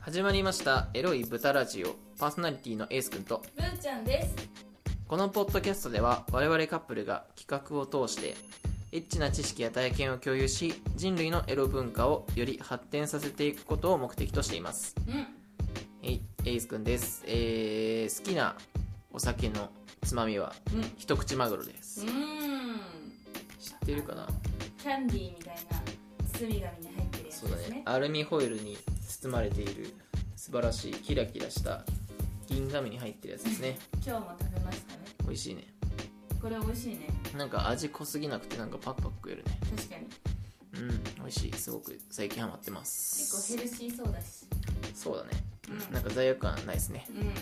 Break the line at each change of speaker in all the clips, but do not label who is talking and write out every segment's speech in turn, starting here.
始まりましたエロい豚ラジオパーソナリティのエースくんと
むーちゃんです
このポッドキャストでは我々カップルが企画を通してエッチな知識や体験を共有し人類のエロ文化をより発展させていくことを目的としています
うん
えいエースくんです、えー好きなお酒のつまみは
うん
一口マグロです
ん
知ってるかな
キャンディーみたいな包み紙に入ってるやつ
そうだ
です
ね
ね
アルミホイルに包まれている素晴らしいキラキラした銀紙に入ってるやつですね
今日も食べましたね
美味しいね
これ美味しいね
なんか味濃すぎなくてなんかパクパク食えるね
確かに
うん美味しいすごく最近ハマってます
結構ヘルシーそうだし
そうだね、
うん
なんか罪悪感ないですね
うん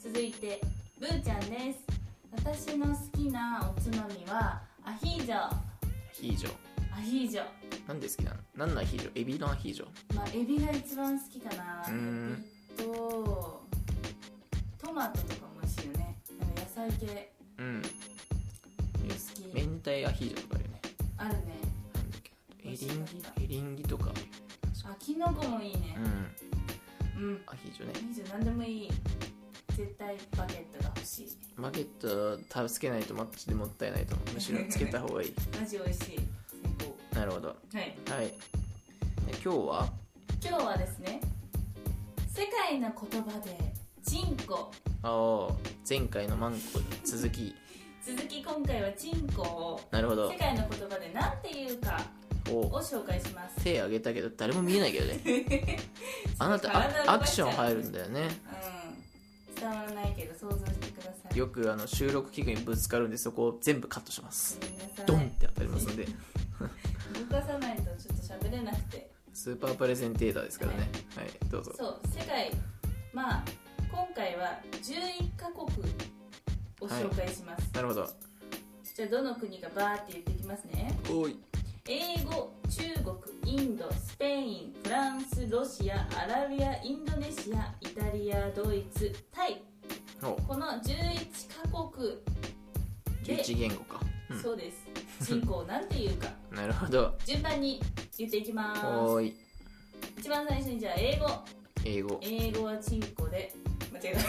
続いてぶーちゃんです私の好きなおつまみはアヒージョア
アヒージョ
ヒージョ
なんで好きなの何のアヒージョエビのアヒージョ
まあエビが一番好きかな
うーん
エビとトマトとかも美味しいよねなんか野菜系
うん
好き
明太アヒージョとかあるよね
あるね
なんだっけエリンギエリンギとか
あキノコもいいね
うん
うん
アヒージョね
いいじゃん何でもいい絶対バゲットが欲しい
バゲットはつけないとマッチでもったいないと思うむしろつけた方がい い
マジ美味しい最
なるほど
高はい
はいで今日は
今日はですね世界の言葉でチンコ
ああ前回のマンコの続き
続き今回はチンコを
なるほど
世界の言葉で何て言うか
お
を紹介します
手あげたけど誰も見えないけどね あなた
体動かしち
あ
ゃ
アクショ
う
ン入るんだよね
うん伝わらないけど想像してください
よくあの収録器具にぶつかるんでそこを全部カットします
ごめんなさい
ドンって当たりますので
動かさないとちょっと喋れなくて
スーパープレゼンテーターですからねはいどうぞ
そう世界まあ今回は11カ国を紹介します、
なるほど
じゃあどの国かバーって言っていきますね
おい
英語中国インドスペインフランスロシアアラビアインドネシアイタリアドイツタイ
お
この11カ国で、
11言語か、
そうです人口なんていうか
うん、なるほど
順番に言っていきます
おーい
一番最初にじゃあ英語
英語
英語はチンコで間違えた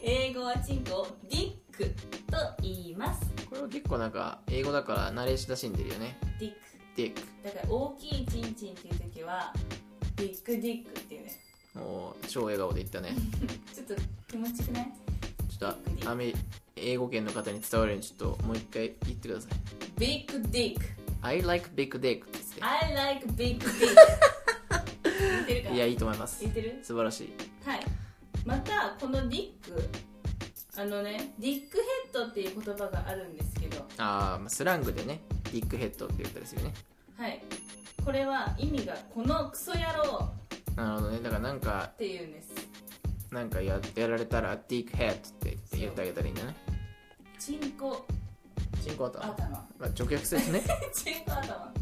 英語はチンコをディックと言います
これは結構なんか英語だから慣れ親しんでるよね
ディック
ディッ
だから大きいチンチンっていう時はディックディックっていうね
クおー超笑顔で言ったね
ちょっと気持ちよくない
ちょっとあアメ英語圏の方に伝わるようにちょっともう一回言ってください
ビッグディック
I like big dick って言っ
I like big dick 言ってる
て
か
いやいいと思います
言ってる
素晴らしい
はいまたこのディックあのねディックヘッドっていう言葉があるんですけど
あーまあスラングでねディックヘッドって言ったりするよね
はいこれは意味がこのクソ野郎
なるほどねだからなんか
っていうんです
なんかややられたらディックヘッドって言って
そう
言ってあげたらいいんだね
チンコ
チンコ頭、
頭
まあ、直訳するとね
チンコ頭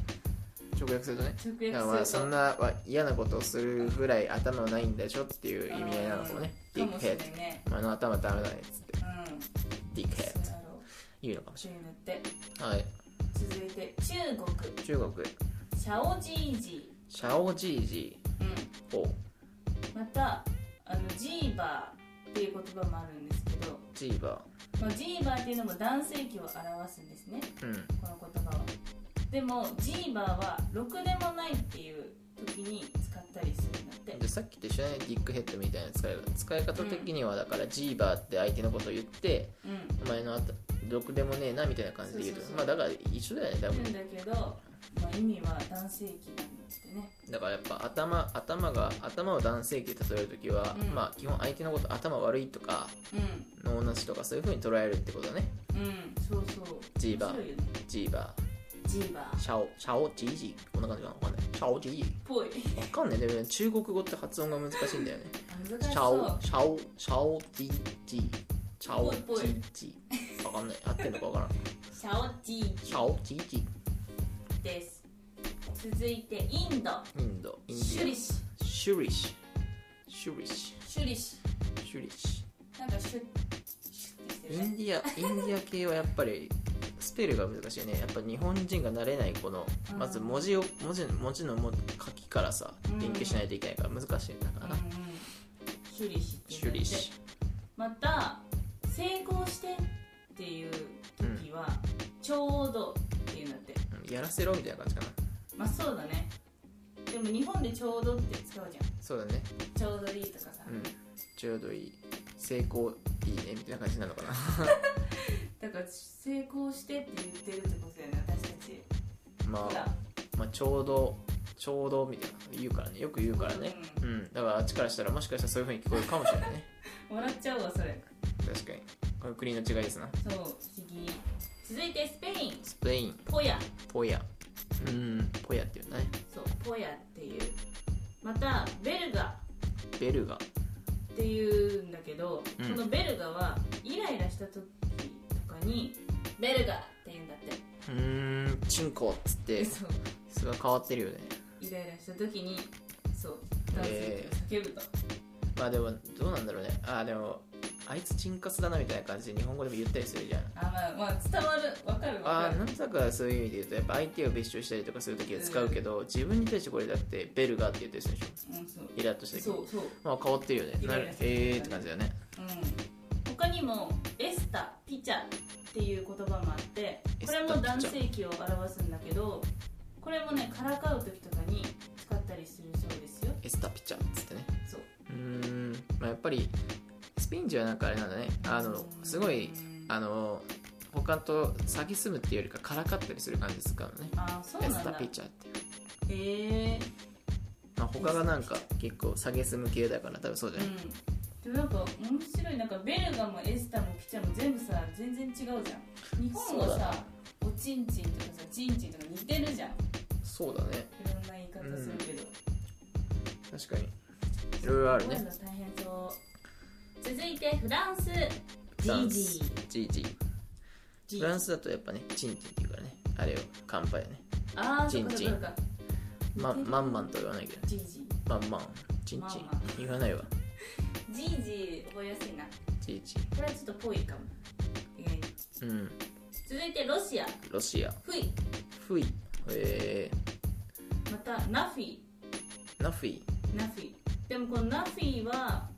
直訳するとね
直
だからま
訳
あ
す
そ
ると
んなは嫌なことをするぐらい頭ないんでしょっていう意味合いなのかもね
う
デ
ん
ィッ
かも
ク
し
ヘ
れ
ッ
ないね
ドお前の頭ダメだねっつって
うん
ディックヘ
ク
ッド
ソ野郎
言うのかもし
チームって
れないはい
続いて中国
中国
シャオジージ
シャオジージ
ー、うん、
ーお
またあのジーバーっていう言葉もあるんですけど、
ジーバ
まあ、ジーバーっていうのも男性器を表すんですね
ーうん
この言葉はでもジーバーはろくでもないっていう時に使ったりするんだって
でさっきと一緒だねディックヘッドみたいな使い方使い方的にはだからジーバーって相手のことを言って、
うん
お前のあとろくでもねえなみたいな感じで言うと
そうそう
ま
そ
あ
う
だから一緒だよね多
言う
分
んだけど、まあ、意味は男性器なんだってね
だからやっぱ頭頭が頭を男性器で例える時は、
うん
まあ基本相手のこと頭悪いとか
う
脳なしとかそういう風に捉えるってことね
んうんそうそう
ジーバー
面白いよね
ジーバ
ジーバー
ー
っ
シャオシャオジージーこんな感じかなわかんないシャオジージ
ぽい
ーわかんないでもね中国語って発音が難しいん だよね
難し
シャ
そ
オ
う
シャオシャオジージーシャオジ
ぽいぽい
ージーわかんない合ってるのかわからん
シャオジー
シャオジージー
です続いてインド
インド、インデ
シュリ
ィ
シ
ア、シュリシュ、シュリシ
シュリシ
ュ、シュリシ
なんかシュッシュッってし
ュ。
て
イ
るね
ンディア、インディア系はやっぱりスペルが難しいねやっぱ日本人が慣れないこの、
うん
まず文字を文字文字のも書きからさ
うん
勉強しないといけないから難しいんだからな、
修理し
修理し
また成功してっていう時は、ちょうどっていうんだって
うんやらせろみたいな感じかな
まあそうだねでも日本でちょうどって使うじゃん
そうだね
ちょうどいいとかさ、
うんちょうどいい成功いいねみたいな感じなのかな
だから成功してって言ってるってことだよね私たち
ま
ほら
あ、まあちょうどちょうどみたいな言うからねよく言うからね
う
うんだからあっちからしたらもしかしたらそういうふうに聞こえるかもしれないね
笑っちゃうわそれ
確かにこれ国の違いですな
そう不思議続いてスペイン
スペイン
ポヤ
ポヤうんポヤっていうね
そうポヤっていうまたベルガ
ベルガ
っていうんだけど、
うん
このベルガはイライラした時とかにベルガって言うんだって
うーんチンコっつって
そう
それは変わってるよね
イライラした時にそう男性を叫ぶと、
まあでもどうなんだろうねあーでもあいつチンカスだなみたいな感じで日本語でも言ったりするじゃん
あまあまあ伝わるわかるわ
あ
か
ー
る
なんとなくそういう意味で言うとやっぱ相手を別称したりとかするときは使うけど、自分に対してこれだってベルガって言ったりするでし
うんそう
ょイラッとした時
そうそう
まあ変わってるよね
イ
な
ライ
る
ラする
えーって感じだね
うん他にもエスタピチャっていう言葉もあってこれ
エスタ
も
ピチャ
男性器を表すんだけどこれもねからかう時とかに使ったりするそうですよ
エスタピチャっつってね
そう
うーんまあやっぱりスペイン人はなんかあれなんだねあのすごいあの他と詐欺すむっていうよりかからかったりする感じですからね
あそうな
エ
んだ
スタピチャって
へえ
まあ、他がなんか結構下げすむ系だから多分そうじゃない、
うんでもなんか面白いなんかベルガもエスタもピチャも全部さ全然違うじゃん日本
そ
は
うだ
さおちんちんとかさちんちんとか似てるじゃんい
そうだね
ろんな言い方するけど、
確かにいろいろある
覚える
ね
の大変そう続いてフランス
フ
ジ
ラ
ー
ン
ジ
ス
ー
ジージー
ジ
フラ
ー
ンスだとやっぱねチンチンっていうからねあれを乾杯ね
ああ
ジ
そっ
ン
か
ジ
そ
ン
っかそ
ま
っか似てる
まんまんとは言わないけど
ジージ
まんまんチンチン
まんまん
言わないわ
ージージー覚えやすいなこ
ジージ
れはちょっとぽいかも意外に
ーうん
続いてロシア
ロシア
フイ
フイえ
またナフィ
ー、ナフィ
ナフィでもこのナフィは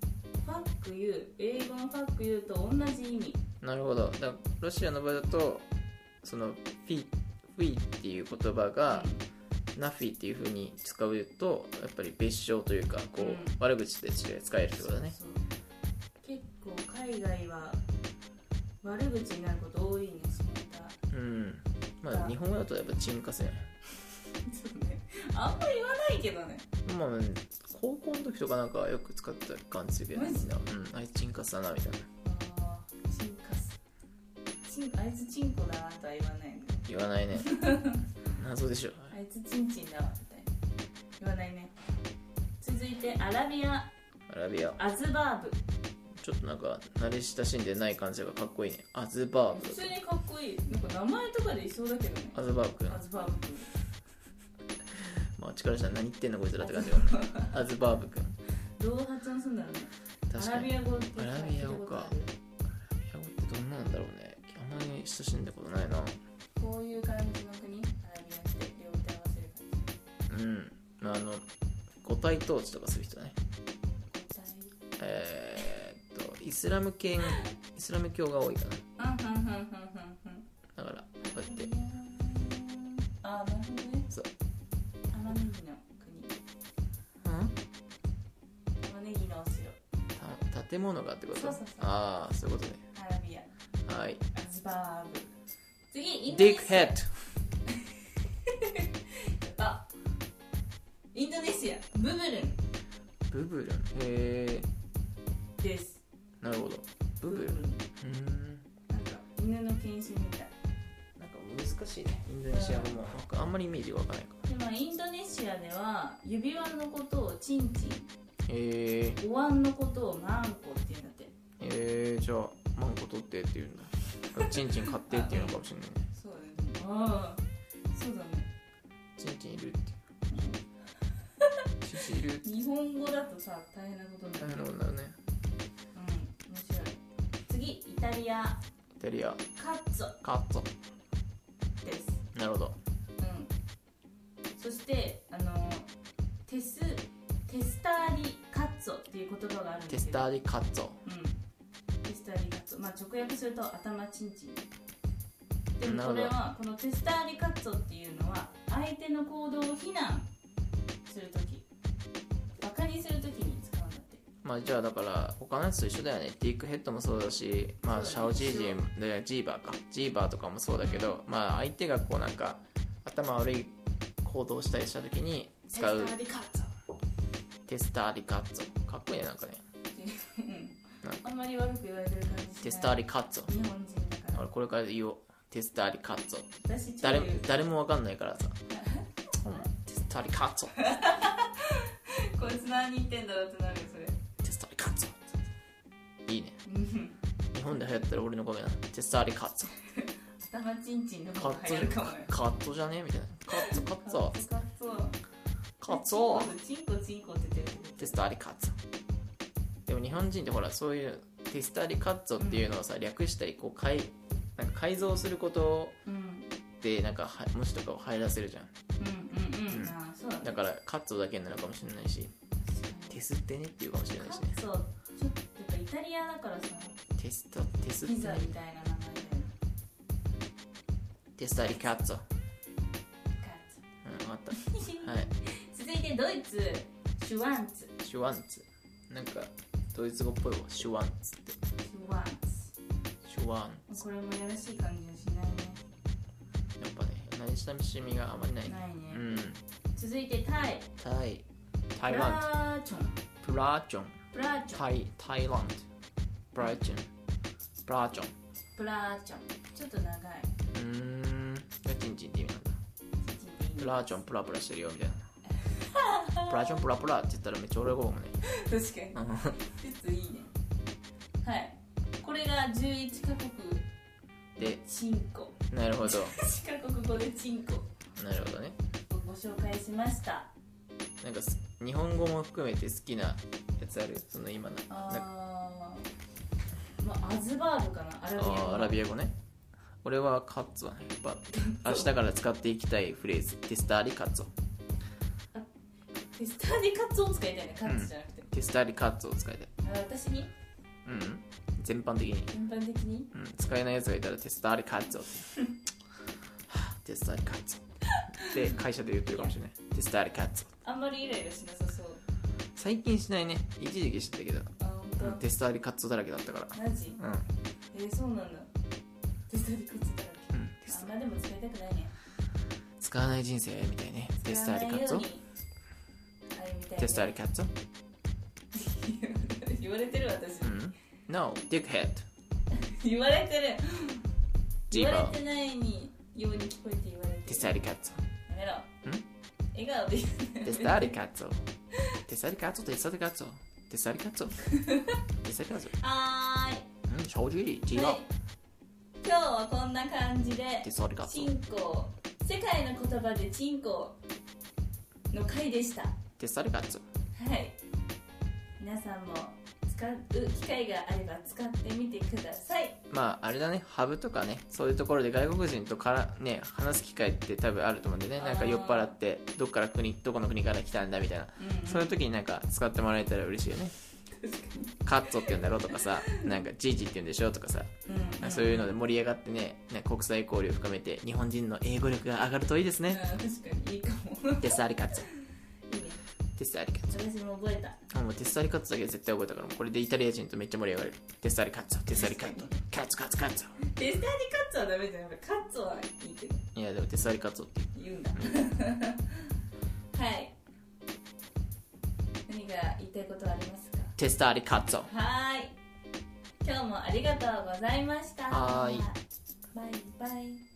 ファックユー英語のファックユーと同じ意味
なるほどだからロシアの場合だとそのフィフィっていう言葉が、ナフィっていう風に使うとやっぱり別称というかこう、
うん
悪口として使えるってことだね
そうそう結構海外は悪口になること多いねそういった
うんまあ日本語だとやっぱチンカスやね
そうねあんま言わないけどね
まあうん高校の時とかなんかよく使ってた感じするけどね
マ
み
ジ
んな、うん、あいつチンカスだなみたいな
あーチンカスチンあいつチンコだなとは言わないね
言わ ないね謎でしょ
あいつチンチンだわみたいな言わないね続いてアラビア
アラビア
アズバーブ
ちょっとなんか慣れ親しんでない感じがかっこいいねアズバー
普通
ブ
にかっこいいなんか名前とかでいそうだけどね
アズバーブくん
アズバーブ君
まあ力じゃ何言ってんのこいつらって感 じだよねアズバーブくん
どう発音するんだろうね
確
ア
か
ラ
に
ビア語って聞いたことある
アラビア語かアラビア語ってどんなんだろうねあんまり親しんだことないな
こういう感じの国アラビアって両手合わせる感じ
うんまああの五体統治とかする人だねえーっとイスラム系イスラム教が多いか
あふんふんふんふんふん
なだからこうやって
あなるほどね
そう
玉ねぎの国玉ねぎのお城
た建物がってこと
そうそうそう
ああそういうことね
アラビア
はい
アズバーブ次インド
ディ
ネ
ック
シア
ヘッ
あインドネシアブブルン
ドブブルンへえ
です
なるほどブブルン
ン
うーん
なんか犬の犬種みたい
なんか難しいねインドネシア語もなんかあんまりイメージがわからないか
でもインドネシアでは指輪のことをチンチ
らへえ
ンお椀のことをマンコって言うんだって
えー、じゃあマンコ取ってって言うんだチンチン買ってっていうのかもしれないね
そうだねああそうだね
チンチンいるってチンチンいるって
日本語だとさ大変なことにな
大変
る
なことになるね
うん面白い次イタリア
イタリア
カッツォ
カッツォなるほど
うん、そしてあのテステスターリカッツォっていう言葉があるんで
テ
す
ス
けど
ターリカッツォ
うん、テスターリカッツォ、まあ、直訳すると頭チンチンでもこれはこのテスターリカッツォっていうのは相手の行動を非難するときバカにするときに使うんだって
まあじゃあだから他のやつと一緒だよねディークヘッドもそうだしまあシ
そ
ャ
う
オ
だね
ジージンでジーバーかジーバーとかもそうだけどまあ相手がこうなんか頭悪い行動したりした時に使う
テスターリカッツォ
テスターリカッツォかっこいいねなんかね
っていううん
なん
あんまり悪く言われてる感じしない
テスターリカッツォ
日本人だから
俺これから言おうテスターリカッツォ
私超
誰
言う
誰もわかんない からさほんまテスターリカッツォ
こいつ何言ってんだろうってなるよそれ
テスターリカッツォいいね
うん
日本で流行ったら俺のごめんなテスターリカッツォ
頭チンチンの
カ
方が
ッツ
流行るかもよ
ォカットじゃねみたいなカッツォカッツォ
カッツォ
カッツォ
チンコチンコって言ってる
テスターリカッツォでも日本人ってほらそういうテスターリカッツォっていうのをさ、略したりこう改なんか改造すること
うん
でなんかは文字とかを入らせるじゃん
うんうんうん、
うん
あーそうだね
だからカッツォだけになるかもしれないしテスってねっていうかもしれないしね
カッツォちょっとやっぱイタリアだからさ
テストテスって
ピザ
ね
みたいな名前だよね
テスターリカッツォ
カ
うん分かっ
ッツォ
たはい
続いてドイツシュワンツ
シュワンツなんかドイツ語っぽいわシュワンツって
シュワンツ
シュワンツ
これもやらしい感じはしない
やっぱね何したしみがあまりない
ね
ね
ないね
う、ん
続いてタイ
タイ
プ
台湾
ラーチョン
プラーチョン
プラーチョン
タイタイランドプラーチョンプラーチョン
プラーチョンちょっと長いう
ーんがチンチンって意味なんだ
チンチンって言います
プラーチョンプラプラしてるよみたいなプラーチョンプラプラって言ったらめっちゃ俺がもね
確か
う
に
ん
ちょっといいねはいこれが11カ国
で
チンコ
なるほど
8カ国語でチンコ
なるほどね
をご紹介しました
なんかす日本語も含めて好きなやつあるその今のなんか
あーまあアズバールかなアラビア
あ
語
ーアラビア語ね俺はカッツォねやっぱ明日から使っていきたいフレーズテスターリカッツォ
テスターでカツを使いたいねカツじゃなくて、
テスターリカッツォを使いたい
あ私に
うんうん全般的に、
全般的に
うん、使えないやつがいたらテスターリカッツォって はあテスターリカッツォって会社で言ってるかもしれないテスターリカッツォ
あんまりイライラしなさそう
最近しないね一時期してたけど、
あ本
う
当、
ん、テスターリカッツォだらけだったから
マジ
うん
えー、そうなんだテスターでカツだらけ
うんテ
あ
ス
んまでも使いたくないね
使わない人生みたいねテスターリカッツ
使
ォ
わないようにあれみたいね
テスターリカッツォ
言われてる私、
うん No dickhead
言われてる
ジ
言
ーバ
わ
ー
れてないにように聞こえて言われてる
テスターリカッツォ
やめろ
ん
笑顔で
テスターリカッツォテスターリカッツォテスターリカッツォテスターリカッ ツォテスターリカッツ
はーい
ォうん正直違う
はい今日はこんな感じで
テスターリカッツ
チ
ォ
ンコ世界の言葉でチンコの回でしたは
テスターリカッツォ
い皆さんも使う機会があれば使ってみてください
まああれだねハブとかねそういうところで外国人とからね話す機会って多分あると思うんでねなんか酔っ払ってどっから国どこの国から来たんだみたいな
うん
そういう時になんか使ってもらえたら嬉しいよね
確か
カッツォって言うんだろうとかさなんかジージって言うんでしょとかさ
にうん
そういうので盛り上がってねね国際交流を深めて日本人の英語力が上がるといいです
うん
ね
確かにいいかも い
テスターリカッツォ
いね
テスターリカッツォ
私も覚えた
あもうテスタリカッツだけは絶対覚えたからもうこれでイタリア人とめっちゃ盛り上がるテスタリカッツォテスタリカッツォカッツカッツカッツ
テスターにカッツはダメじゃんカッツはいいけど
ォいやでもテスタリカッツォって
言うんだ はい何か言いたいことはありますか
テスタリカッツォ
はーい今日もありがとうございました
はーい
バイバイ